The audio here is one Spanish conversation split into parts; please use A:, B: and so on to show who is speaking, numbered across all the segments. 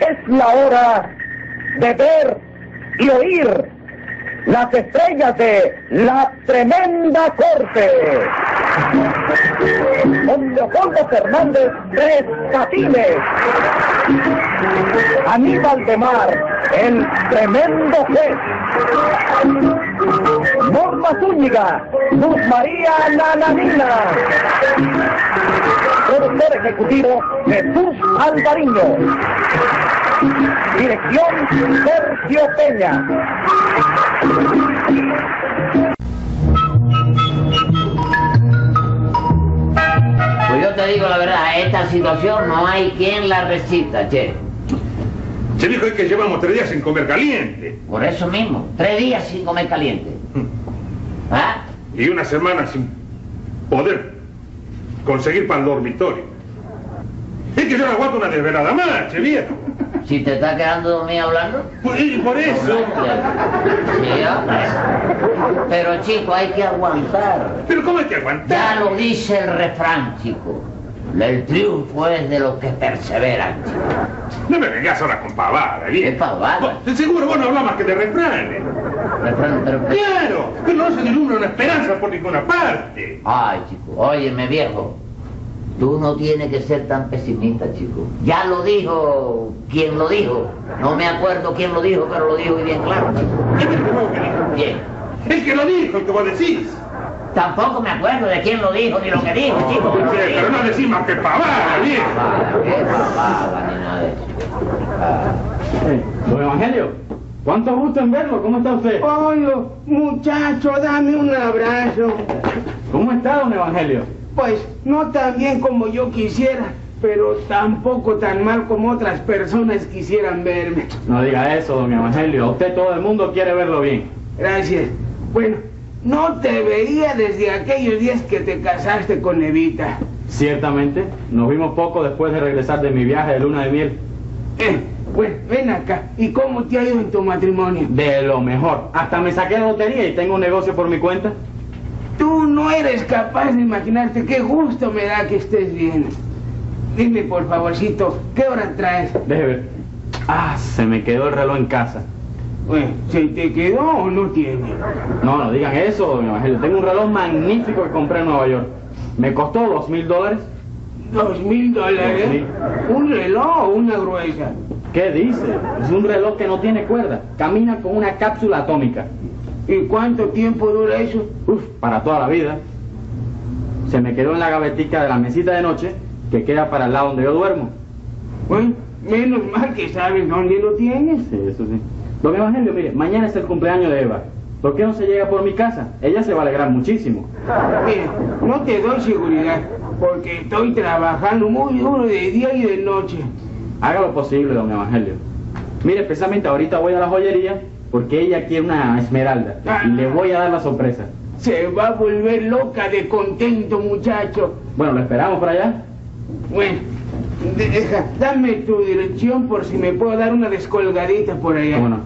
A: Es la hora de ver y oír las estrellas de la tremenda corte. Don Leopoldo Fernández Tres Catines. Aníbal de Mar, el tremendo juez. Norma Zúñiga, Luz María Nananina. Productor ejecutivo Jesús Alvariño. Dirección Sergio Peña.
B: Pues yo te digo la verdad, esta situación no hay quien la resista, che.
C: Se dijo hoy que llevamos tres días sin comer caliente
B: Por eso mismo, tres días sin comer caliente. ¿Ah?
C: y una semana sin poder conseguir para el dormitorio. Es que yo no aguanto una desvelada más, che viejo.
B: Si te está quedando dormido hablando.
C: Por, y por eso.
B: Sí, hombre. Pero chico, hay que aguantar.
C: Pero ¿cómo es que
B: Ya
C: aguantar?
B: lo dice el refrán, chico. El triunfo es de los que perseveran, chico.
C: No me vengas ahora con pavada, viejo.
B: ¿Qué pavada?
C: Vos- seguro vos no hablás más que de refranes.
B: Refrán, pero-
C: Claro, pero no se dilumbra una esperanza por ninguna parte.
B: Ay, chico, óyeme, viejo. Tú no tienes que ser tan pesimista, chico. Ya lo dijo quien lo dijo. No me acuerdo quién lo dijo, pero lo dijo y bien claro, chico.
C: Es que no, que dijo.
B: Bien.
C: El que lo dijo, el que vos decís.
B: Tampoco me acuerdo de quién lo dijo ni lo que dijo, chico.
C: Sí, pero no decís más que pavada, viejo.
B: Pavada, qué pavada, ni nada de eso. Ah.
D: Eh, Don Evangelio, cuánto gusto en verlo, ¿cómo está usted?
E: Polo, muchacho, dame un abrazo.
D: ¿Cómo está, don Evangelio?
E: Pues no tan bien como yo quisiera, pero tampoco tan mal como otras personas quisieran verme.
D: No diga eso, don Evangelio, a usted todo el mundo quiere verlo bien.
E: Gracias. Bueno, no te veía desde aquellos días que te casaste con Evita.
D: Ciertamente, nos vimos poco después de regresar de mi viaje de luna de miel.
E: Eh, pues ven acá. ¿Y cómo te ha ido en tu matrimonio?
D: De lo mejor, hasta me saqué la lotería y tengo un negocio por mi cuenta.
E: Tú no eres capaz de imaginarte qué gusto me da que estés bien. Dime, por favorcito, ¿qué hora traes?
D: Deje ver. Ah, se me quedó el reloj en casa.
E: Bueno, ¿se te quedó o no tiene?
D: No, no digan eso, don Evangelio. Tengo un reloj magnífico que compré en Nueva York. Me costó dos mil dólares.
E: Dos mil dólares.
D: Sí.
E: Un reloj o una gruesa.
D: ¿Qué dice? Es un reloj que no tiene cuerda. Camina con una cápsula atómica.
E: ¿Y cuánto tiempo dura eso?
D: Uf, para toda la vida. Se me quedó en la gavetica de la mesita de noche que queda para el lado donde yo duermo.
E: Bueno, menos mal que sabes dónde lo tienes.
D: Sí, eso sí. Don Evangelio, mire, mañana es el cumpleaños de Eva. ¿Por qué no se llega por mi casa? Ella se va a alegrar muchísimo.
E: Mira, no te doy seguridad, porque estoy trabajando muy duro de día y de noche.
D: Haga lo posible, don Evangelio. Mire, precisamente ahorita voy a la joyería porque ella quiere una esmeralda. Y le voy a dar la sorpresa.
E: Se va a volver loca de contento, muchacho.
D: Bueno, lo esperamos por allá.
E: Bueno, deja, dame tu dirección por si me puedo dar una descolgadita por allá.
D: ¿Cómo no?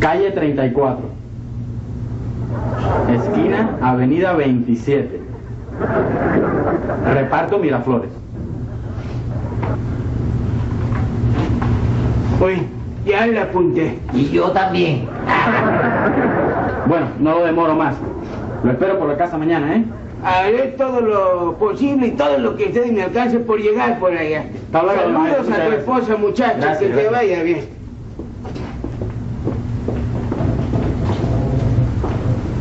D: Calle 34. Esquina Avenida 27. Reparto Miraflores.
E: Bueno, ya la apunté.
B: Y yo también.
D: Bueno, no lo demoro más. Lo espero por la casa mañana, ¿eh?
E: Haré todo lo posible y todo lo que esté en mi alcance por llegar por allá.
D: Hasta luego,
E: Saludos
D: hermano.
E: a tu esposa, muchacho,
D: Gracias,
E: que te
D: gracias.
E: vaya bien.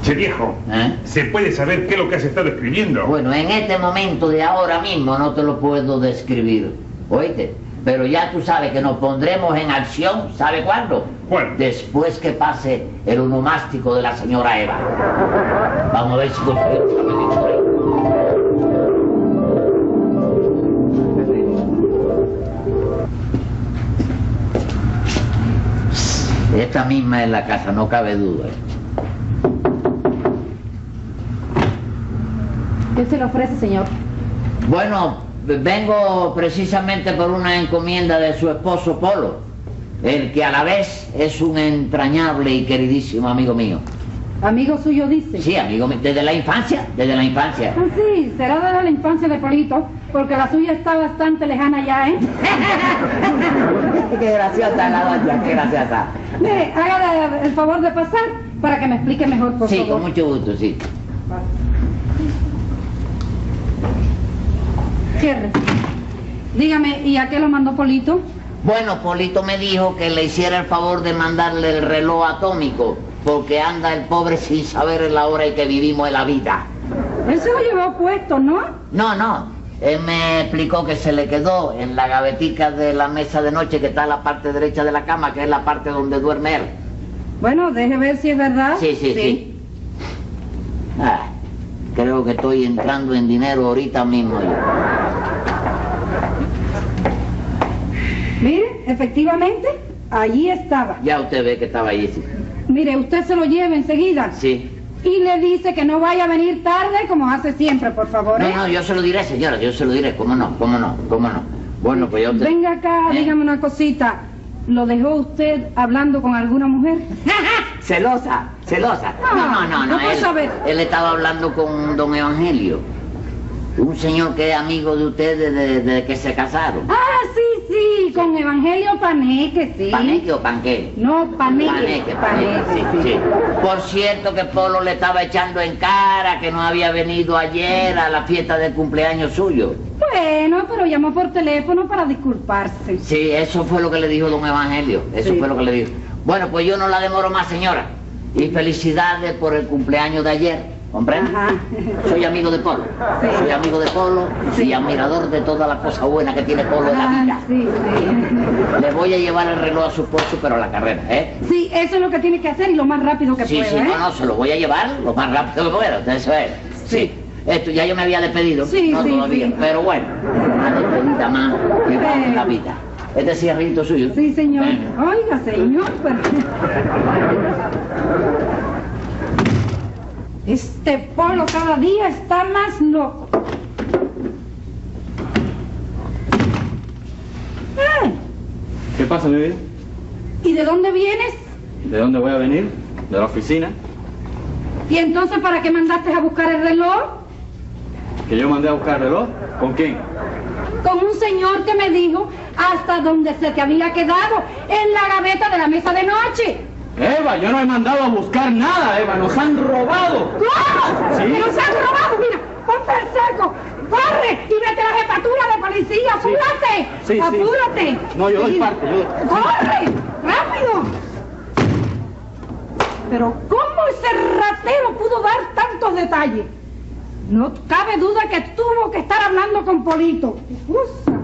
C: Che viejo,
B: ¿Eh?
C: ¿se puede saber qué es lo que has estado escribiendo?
B: Bueno, en este momento de ahora mismo no te lo puedo describir, oíste. Pero ya tú sabes que nos pondremos en acción, ¿sabe cuándo?
C: ¿Cuándo?
B: Después que pase el onomástico de la señora Eva. Vamos a ver si conseguimos la película. Esta misma es la casa, no cabe duda.
F: ¿Qué se le ofrece, señor?
B: Bueno, vengo precisamente por una encomienda de su esposo Polo, el que a la vez es un entrañable y queridísimo amigo mío.
F: Amigo suyo dice.
B: Sí, amigo mío, desde la infancia, desde la infancia.
F: Ah, sí, será desde la infancia de Polito. Porque la suya está bastante lejana ya, ¿eh?
B: Qué graciosa la doña, qué graciosa.
F: Mire, hágale el favor de pasar para que me explique mejor, por
B: Sí, con
F: favor.
B: mucho gusto, sí.
F: Cierre. Dígame, ¿y a qué lo mandó Polito?
B: Bueno, Polito me dijo que le hiciera el favor de mandarle el reloj atómico, porque anda el pobre sin saber la hora en que vivimos en la vida.
F: Él se lo llevó puesto, ¿no?
B: No, no. Él me explicó que se le quedó en la gavetica de la mesa de noche que está a la parte derecha de la cama, que es la parte donde duerme él.
F: Bueno, deje ver si es verdad.
B: Sí, sí, sí. Ah, creo que estoy entrando en dinero ahorita mismo. yo.
F: Mire, efectivamente, allí estaba.
B: Ya usted ve que estaba allí. Sí.
F: Mire, usted se lo lleva enseguida.
B: sí.
F: Y le dice que no vaya a venir tarde como hace siempre, por favor.
B: No,
F: ¿eh?
B: no, yo se lo diré, señora, yo se lo diré. ¿Cómo no? ¿Cómo no? ¿Cómo no? Bueno, pues yo te...
F: Venga acá,
B: ¿Eh?
F: dígame una cosita. ¿Lo dejó usted hablando con alguna mujer?
B: Celosa, celosa.
F: No,
B: No, no, no, no.
F: Ah, no puedo
B: él,
F: saber.
B: él estaba hablando con don Evangelio, un señor que es amigo de ustedes desde desde que se casaron.
F: Ah, sí, sí, con Evangelio Paneque, sí.
B: ¿Paneque o panqué?
F: No, Paneque.
B: Paneque, paneque, sí, sí. Por cierto que Polo le estaba echando en cara que no había venido ayer a la fiesta de cumpleaños suyo.
F: Bueno, pero llamó por teléfono para disculparse.
B: Sí, eso fue lo que le dijo don Evangelio, eso
F: Sí.
B: fue lo que le dijo. Bueno, pues yo no la demoro más, señora. Y felicidades por el cumpleaños de ayer, ¿comprende?
F: Ajá.
B: Soy amigo de Polo.
F: Sí.
B: Soy amigo de Polo y admirador de todas las cosas buenas que tiene Polo en la vida.
F: Ah, sí, sí.
B: Le voy a llevar el reloj a su coche, pero a la carrera, ¿eh?
F: Sí, eso es lo que tiene que hacer y lo más rápido que
B: sí,
F: pueda,
B: sí,
F: ¿eh?
B: no, no, se lo voy a llevar lo más rápido que pueda, usted sabe. Sí. Esto ya yo me había despedido.
F: Sí,
B: no
F: sí,
B: todavía,
F: sí.
B: pero bueno, una despedida más que va en la vida. Este cierrito suyo.
F: Sí, señor.
B: Ven.
F: Oiga, señor, pues. pero- Este polo cada día está más loco. Ay,
D: ¿Qué pasa, mi vida?
F: ¿Y de dónde vienes?
D: ¿De dónde voy a venir? ¿De la oficina?
F: ¿Y entonces para qué mandaste a buscar el reloj?
D: ¿Que yo mandé a buscar reloj? ¿Con quién?
F: Con un señor que me dijo hasta dónde se te había quedado, en la gaveta de la mesa de noche.
D: Eva, yo no he mandado a buscar nada, Eva, nos han robado.
F: ¡No!
D: Sí.
F: ¡Que nos han robado! ¡Mira! ¡Ponte el saco! ¡Corre! ¡Y vete a la jefatura de policía! ¡Apúrate!
D: Sí, sí.
F: ¡Apúrate!
D: No, yo doy
F: Sí.
D: parte, yo doy-
F: ¡Corre! ¡Rápido! Pero ¿cómo ese ratero pudo dar tantos detalles? No cabe duda que tuvo que estar hablando con Polito. ¡Usa!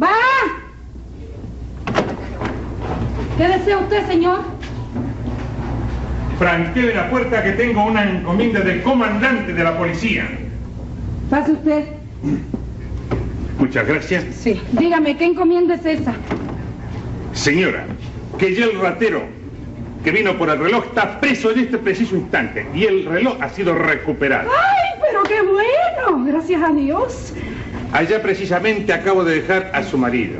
F: ¡Va! ¿Qué desea usted, señor?
C: Franquee la puerta que tengo una encomienda del comandante de la policía.
F: Pase usted.
C: Muchas gracias.
F: Sí. Dígame, ¿qué encomienda es esa?
C: Señora, que ya el ratero que vino por el reloj está preso en este preciso instante y el reloj ha sido recuperado.
F: ¡Ay, pero qué bueno! Gracias a Dios.
C: Allá precisamente acabo de dejar a su marido.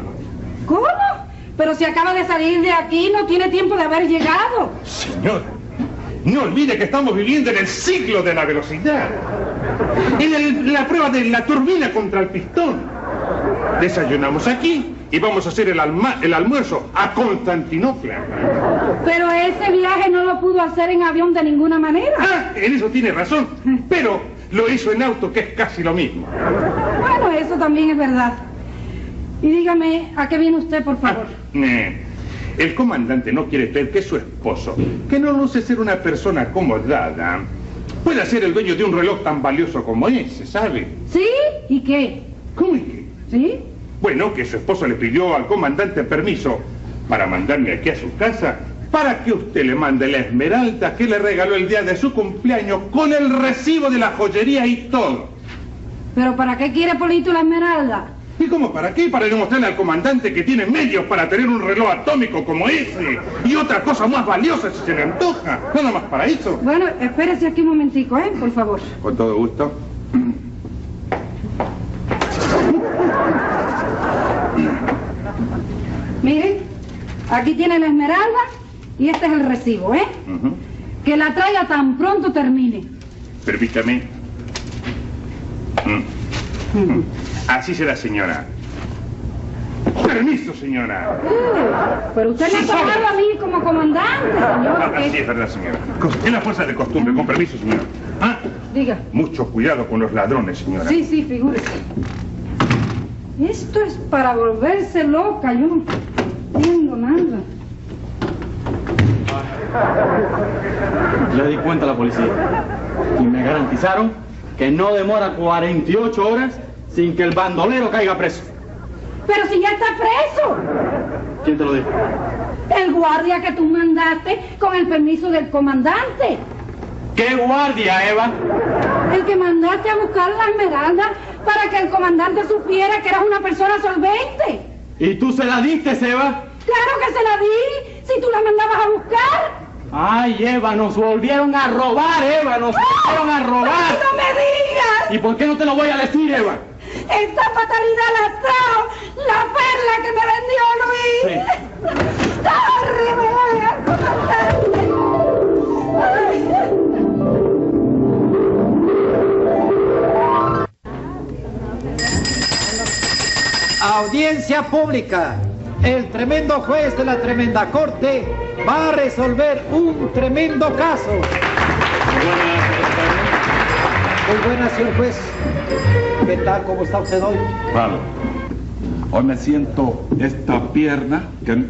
F: ¿Cómo? Pero si acaba de salir de aquí, no tiene tiempo de haber llegado.
C: Señora, no olvide que estamos viviendo en el siglo de la velocidad. En el- la prueba de la turbina contra el pistón. Desayunamos aquí y vamos a hacer el, alma- el almuerzo a Constantinopla.
F: Pero ese viaje no lo pudo hacer en avión de ninguna manera.
C: Ah, en eso tiene razón, pero lo hizo en auto, que es casi lo mismo.
F: Bueno, eso también es verdad. Y dígame, ¿a qué viene usted, por favor?
C: Eh, el comandante no quiere creer que su esposo, que no luce ser una persona acomodada, pueda ser el dueño de un reloj tan valioso como ese, ¿sabe?
F: ¿Sí? ¿Y qué?
C: ¿Cómo es que?
F: ¿Sí?
C: Bueno, que su esposo le pidió al comandante permiso para mandarme aquí a su casa para que usted le mande la esmeralda que le regaló el día de su cumpleaños con el recibo de la joyería y todo.
F: ¿Pero para qué quiere Polito la esmeralda?
C: ¿Y cómo para qué? Para demostrarle al comandante que tiene medios para tener un reloj atómico como ese y otra cosa más valiosa si se le antoja. Nada más para eso.
F: Bueno, espérese aquí un momentico, ¿eh? Por favor.
C: Con todo gusto.
F: Mire, aquí tiene la esmeralda y este es el recibo, ¿eh?
C: Ujú.
F: Que la traiga tan pronto termine.
C: Permítame. Mm.
G: Así será, señora. Permiso, señora.
F: Pero usted me ha tomado a mí como comandante, señor.
G: Así Ah, es
F: que-
G: verdad, señora. Cos- Es la fuerza de costumbre, con permiso, señora. Ah,
F: Diga.
G: mucho cuidado con los ladrones, señora.
F: Sí, sí, figúrese. Esto es para volverse loca, yo no entiendo nada.
D: Le di cuenta a la policía. Y me garantizaron que no demora 48 horas sin que el bandolero caiga preso.
F: Pero si ya está preso.
D: ¿Quién te lo dijo?
F: El guardia que tú mandaste con el permiso del comandante.
D: ¿Qué guardia, Eva?
F: El que mandaste a buscar la esmeralda para que el comandante supiera que eras una persona solvente.
D: ¿Y tú se la diste, Eva?
F: Claro que se la di si tú la mandabas a buscar.
D: Ay, Eva, nos volvieron a robar, Eva, nos volvieron a robar.
F: ¡No me digas!
D: ¿Y por qué no te lo voy a decir, Eva?
F: Esta fatalidad la trajo la perla que me vendió Luis. ¡Corre, me voy a contarte! Ay.
H: Audiencia pública. El tremendo juez de la tremenda corte va a resolver un tremendo caso. Muy buenas, señor juez. ¿Qué tal? ¿Cómo está usted hoy?
C: Claro. Hoy me siento esta pierna que-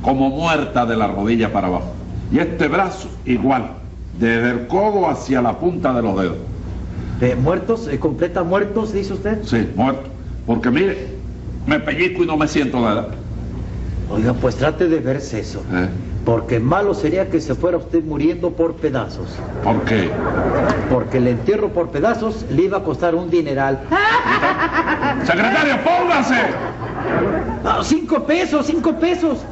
C: como muerta de la rodilla para abajo. Y este brazo igual, desde el codo hacia la punta de los dedos.
H: De muertos, eh, completa muertos, dice usted.
C: Sí, muerto. Porque mire, me pellizco y no me siento nada.
H: Oiga, pues trate de verse eso.
C: ¿Eh?
H: Porque malo sería que se fuera usted muriendo por pedazos.
C: ¿Por qué?
H: Porque el entierro por pedazos le iba a costar un dineral.
C: Secretario, póngase.
H: ¡Ah, ¡Cinco pesos, cinco pesos!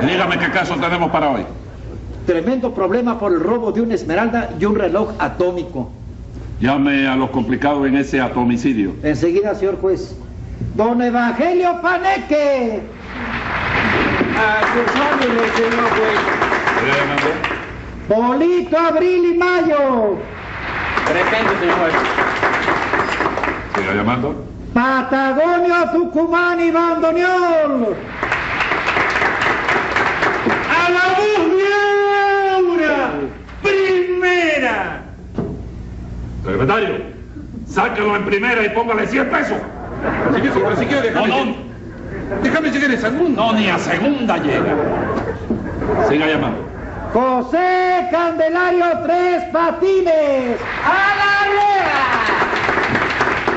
C: Dígame qué caso tenemos para hoy.
H: Tremendo problema por el robo de una esmeralda y un reloj atómico.
C: Llame a los complicados en ese atomicidio.
H: Enseguida, señor juez. Don Evangelio Paneque.
E: A sus órdenes, señor juez.
H: Polito Abril y Mayo.
D: Presente, señor juez.
C: Siga llamando.
H: Patagonio Tucumán y Bandoneón.
G: ¡A la voz de Aura! ¡Primera!
C: Secretario.
G: Sácalo en primera y póngale 100 pesos.
C: No, no.
G: Déjame llegar en segundo.
C: No, ni a segunda llega. Siga llamando.
H: José Candelario Tres Patines.
E: ¡A la rueda!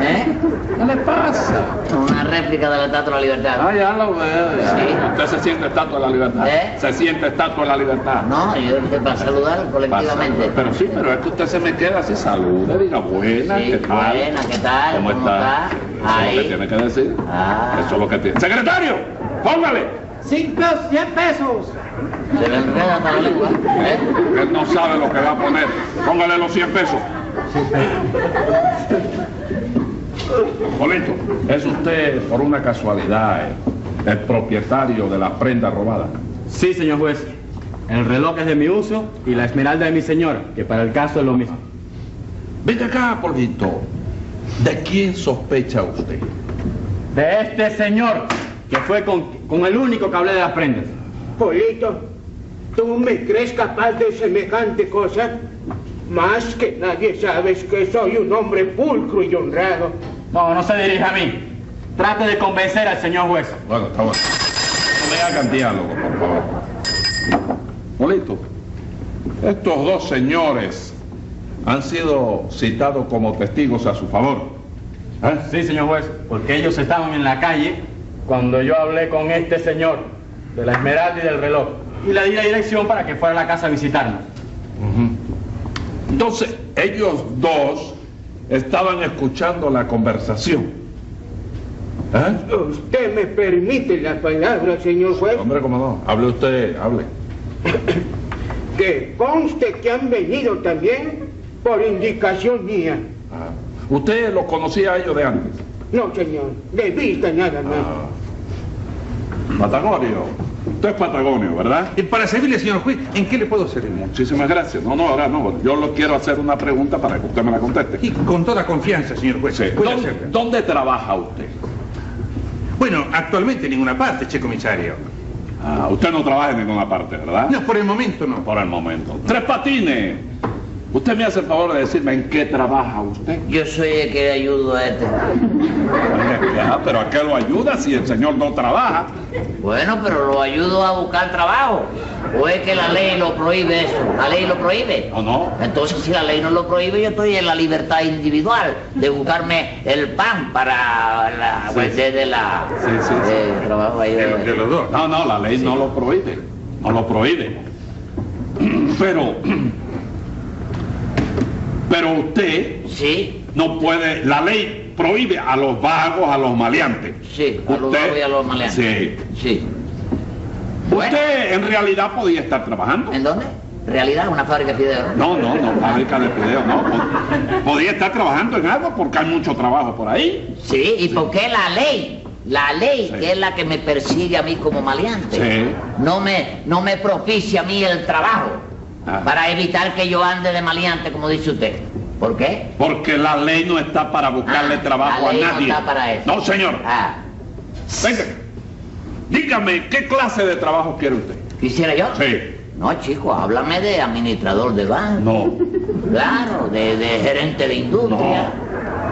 B: ¿Eh?
E: ¿Qué le pasa?
B: Una réplica de la Estatua de la Libertad.
E: ya lo veo.
B: Sí.
C: Usted se siente estatua de la libertad.
B: ¿Eh?
C: Se siente estatua de la libertad.
B: No, yo empecé para saludar
C: Pasa.
B: colectivamente.
C: Pero sí, pero es que usted se me queda así, saluda, diga buena,
B: Sí,
C: ¿qué tal?
B: buena, ¿qué tal?
C: ¿Cómo,
B: ¿Cómo
C: está?
B: está?
C: Eso es lo
B: Ahí.
C: que tiene que decir.
B: Ah.
C: Eso es lo que tiene. ¡Secretario! ¡Póngale!
H: Cinco, cien pesos.
B: Se le enreda hasta la lengua. ¿eh?
C: Él no sabe lo que va a poner. Póngale los 100 pesos. Boleto, ¿es usted, por una casualidad, eh, el propietario de la prenda robada?
D: Sí, señor juez. El reloj es de mi uso y la esmeralda de mi señora, que para el caso es lo mismo.
C: Venga acá, Polito. ¿De quién sospecha usted?
D: De este señor, que fue con, con el único que hablé de las prendas.
E: Polito, ¿tú me crees capaz de semejante cosa? Más que nadie sabes que soy un hombre pulcro y honrado.
D: No, no se dirija a mí. Trate de convencer al señor juez.
C: Bueno, está bueno. No me hagan diálogo, por favor. Bolito, estos dos señores han sido citados como testigos a su favor. ¿Eh?
D: Sí, señor juez, porque ellos estaban en la calle cuando yo hablé con este señor de la esmeralda y del reloj. Y le di la dirección para que fuera a la casa a visitarnos.
C: Entonces, ellos dos estaban escuchando la conversación. ¿Eh?
E: ¿Usted me permite la palabra, señor juez?
C: Hombre, cómo no. Hable usted, hable.
E: Que conste que han venido también por indicación mía.
C: Ah. Usted los conocía a ellos de antes. Ah.
E: No, señor, de vista nada más.
C: Patagonio,
I: Usted es Patagonio, ¿verdad?
C: Y Eh, para servirle, señor juez, ¿en qué le puedo servir?
I: Muchísimas gracias. No, no, ahora no. Yo lo quiero hacer una pregunta para que usted me la conteste.
C: Y con toda confianza, señor juez.
I: Sí.
C: Puede
I: ¿Dónde,
C: hacerla.
I: dónde trabaja usted?
C: Bueno, actualmente en ninguna parte, che comisario.
I: Ah, usted no trabaja en ninguna parte, ¿verdad?
C: No, por el momento no.
I: Por el momento. Tres patines. Usted me hace el favor de decirme en qué trabaja usted.
B: Yo soy el que ayudo a este.
I: Ah, pero ¿a qué lo ayuda si el señor no trabaja?
B: Bueno, pero lo ayudo a buscar trabajo. ¿O es que la ley lo prohíbe eso? ¿La ley lo prohíbe?
I: ¿O no?
B: Entonces, si la ley no lo prohíbe, yo estoy en la libertad individual de buscarme el pan para la
I: Sí,
B: pues,
I: sí.
B: de, de la
I: Sí, sí, sí.
B: de trabajo ahí.
C: De, los- de los dos.
I: No, no, la ley no lo prohíbe. No lo prohíbe. Pero. Pero usted
B: Sí,
I: no puede. La ley prohíbe a los vagos, a los maleantes.
B: sí, a los
I: Usted-
B: vagos y a los maleantes. Sí. Bueno,
I: Usted en realidad podía estar trabajando.
B: ¿en dónde? ¿Realidad? ¿Una fábrica de fideos?
I: No, no, no, fábrica de fideos, no. Pod- Podía estar trabajando en algo porque hay mucho trabajo por ahí.
B: Sí, ¿y por qué la ley? La ley,
I: Sí.
B: que es la que me persigue a mí como maleante,
I: Sí.
B: no, me, no me propicia a mí el trabajo
I: Ah.
B: para evitar que yo ande de maleante, como dice usted. ¿Por qué?
I: Porque la ley no está para buscarle
B: Ah,
I: trabajo
B: la
I: a
B: ley no
I: nadie.
B: está para eso.
I: No, señor.
B: Ah,
I: Venga. Dígame, ¿qué clase de trabajo quiere usted?
B: ¿Quisiera yo?
I: Sí.
B: No, chico, háblame de administrador de banco.
I: No.
B: Claro, de, de gerente de industria,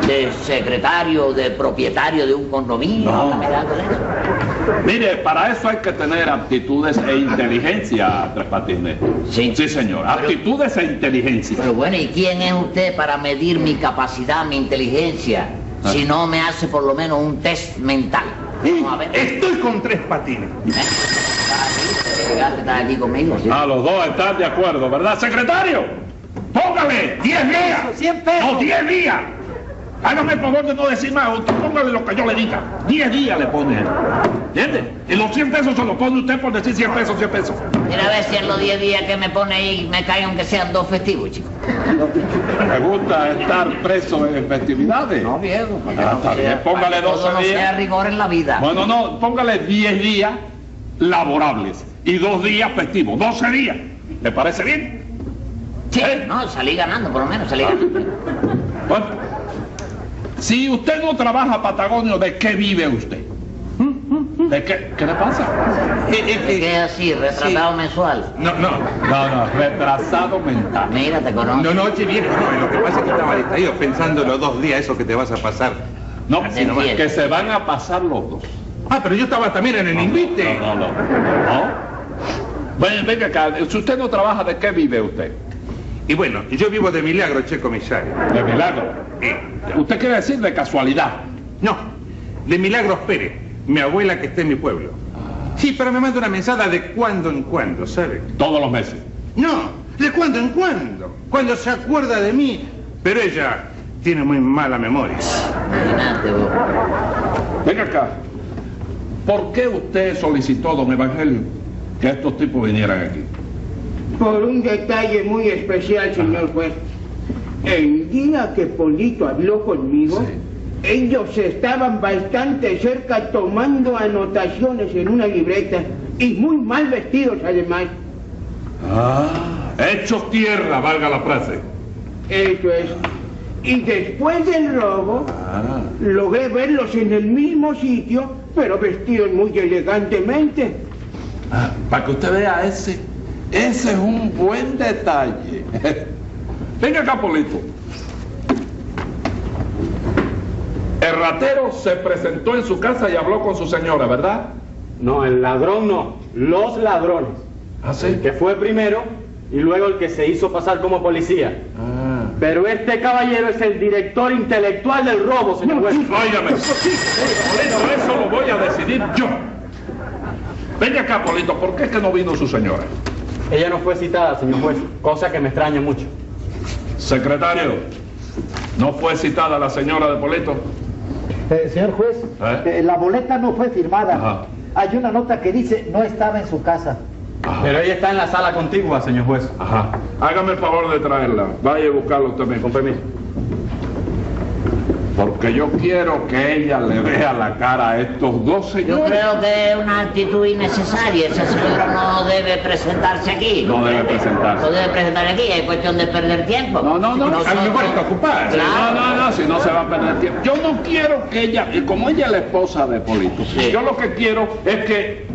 B: de secretario, de propietario de un condominio.
I: No.
B: háblame de algo de eso.
I: Mire, para eso hay que tener aptitudes e inteligencia, Tres Patines.
B: Sí.
I: Sí, señor. Aptitudes e inteligencia.
B: Pero bueno, ¿y quién es usted para medir mi capacidad, mi inteligencia?
I: Ah. Eh,
B: Si no me hace por lo menos un test mental. Vamos a ver.
C: Estoy con tres patines.
B: Ah, sí, te llegaste, estás aquí conmigo, sí.
I: A los dos están de acuerdo, ¿verdad, secretario? Póngale 10 días.
H: 100 pesos.
I: No, 10 días. Hágame el favor de no decir más. Usted póngale lo que yo le diga. 10 días le pone. él. ¿Entiende? Y los 100 pesos se los pone usted por decir 100 pesos, 100 pesos.
B: Mira a ver si en los 10 días que me pone ahí me caen aunque sean dos festivos, chico.
I: Me gusta estar preso en festividades.
B: No, viejo. para que
I: Ah,
B: no
I: está bien,
B: sea-
I: póngale
B: para que
I: 12
B: todo no
I: días.
B: sea rigor en la vida.
I: Bueno, no, póngale 10 días laborables y dos días festivos, 12 días. ¿Le parece bien?
B: sí,
I: ¿eh?
B: no, salí ganando, por lo menos
I: Ah.
B: salí ganando.
I: Bueno, si usted no trabaja Patagonio, ¿de qué vive usted? ¿De qué? ¿Qué le pasa?
B: Es que es así, retratado mensual.
C: No, no.
I: No, no, retrasado mental.
B: Mira, te conozco.
C: No, no, che viejo, no. Lo que pasa es que estaba distraído pensando los dos días eso que te vas a pasar.
I: No,
B: Así nomás.
I: que se van a pasar los dos.
C: Ah, pero yo estaba también en el invite.
I: No, no, no. ¿No? Ven- Venga acá, si usted no trabaja, ¿de qué vive usted?
C: Y bueno, yo vivo de milagro, che comisario.
I: De milagro.
C: Eh,
I: Usted quiere decir de casualidad.
C: no, de Milagros Pérez, mi abuela que está en mi pueblo. Sí, pero me manda una mensada de cuando en cuando, ¿sabe?
I: Todos los meses.
C: No, de cuando en cuando, cuando se acuerda de mí. Pero ella tiene muy mala memoria.
B: Imagínate vos.
I: Venga acá. ¿Por qué usted solicitó, don Evangelio, que estos tipos vinieran aquí?
E: Por un detalle muy especial, señor juez. El día que Polito habló conmigo, ellos estaban bastante cerca tomando anotaciones en una libreta y muy mal vestidos además.
I: Ah, hechos tierra, valga la frase.
E: Eso es. Y después del robo,
I: Ah,
E: logré verlos en el mismo sitio, pero vestidos muy elegantemente.
I: para que usted vea ese, ese es un buen detalle. Venga acá, Polito. El ratero se presentó en su casa y habló con su señora, ¿verdad?
D: No, el ladrón no, los ladrones.
I: Ah,
D: El que fue primero y luego el que se hizo pasar como policía.
I: Ah.
D: Pero este caballero es el director intelectual del robo, señor juez.
I: Óigame, Polito, eso lo voy a decidir yo. Venga acá, Polito, ¿por qué es que no vino su señora?
D: Ella no fue citada, señor juez, cosa que me extraña mucho.
I: Secretario, ¿no fue citada la señora de Polito?
J: Eh, señor juez,
I: ¿Eh?
J: eh, la boleta no fue firmada.
I: Ajá.
J: Hay una nota que dice no estaba en su casa.
D: Pero ella está en la sala contigua, señor juez.
I: Ajá. Hágame el favor de traerla. Vaya a buscarla usted mismo.
D: Con permiso.
I: Porque yo quiero que ella le vea la cara a estos dos
B: Yo
I: señores.
B: creo que es una actitud innecesaria. Esa señora no debe presentarse aquí.
I: No debe presentarse.
B: No debe presentarse aquí. Es cuestión de perder tiempo.
I: No, no, no.
B: Nosotros-
I: A mí me cuesta ocupar.
B: Claro.
I: No, no, no, si no se va a perder tiempo. Yo no quiero que ella, y como ella es la esposa de Polito,
B: Sí.
I: yo lo que quiero es que.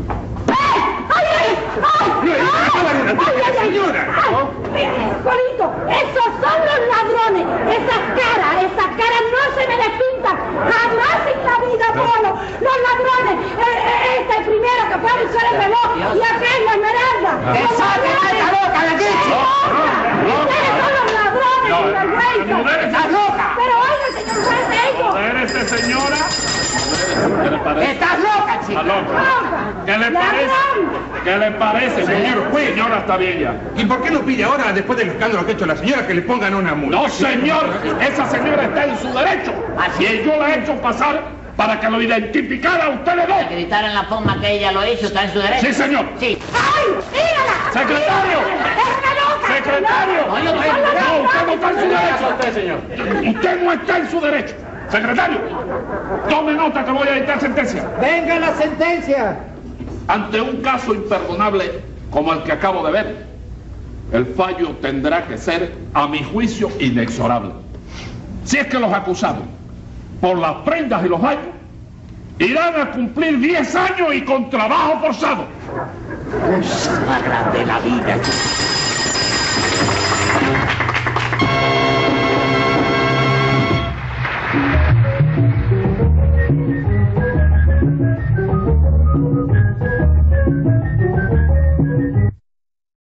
F: ¡Eh! ¡Ah!
I: No,
C: Ah,
I: señora, señora.
F: Polito, esos son los ladrones. Esas caras, esas caras no se me despintan. Jamás en la vida, Polo. Los ladrones. eh, eh, Este el primero que fue a usar el reloj. Y aquel, la
I: Ah.
F: esmeralda. ¡Esa loca de aquí! ¡Ustedes son los
I: No,
F: ladrones,
I: no, no, no eres-
F: sinvergüenza!
I: estás loca.
F: Pero oiga, señor juez, ellos...
I: Modérese, este señora. ¿Qué le parece?
F: loca,
I: Está loca. ¿Qué le parece? ¿Qué le parece, señor juez? Señora, está bien ya.
C: ¿Y por qué no pide ahora, después del escándalo que ha hecho la señora, que le pongan una multa?
I: No, señor, esa señora está en su derecho.
B: Así
I: Y yo la he hecho pasar para que lo identificara a ustedes dos.
B: Gritar en la forma que ella lo hizo está en su derecho.
I: Sí, señor.
B: Sí.
F: ¡Ay, mírala!
I: Secretario.
F: ¡Es una loca!
I: Secretario.
B: No, yo no-
I: No, usted no está en su
D: Gracias a
I: derecho.
D: usted, señor.
I: Usted no está en su derecho. Secretario, tome nota que voy a dictar sentencia.
H: Venga la sentencia.
I: Ante un caso imperdonable como el que acabo de ver, el fallo tendrá que ser, a mi juicio, inexorable. Si es que los acusados, por las prendas y los daños, irán a cumplir 10 años y con trabajo forzado.
B: Sagra de la vida. chico.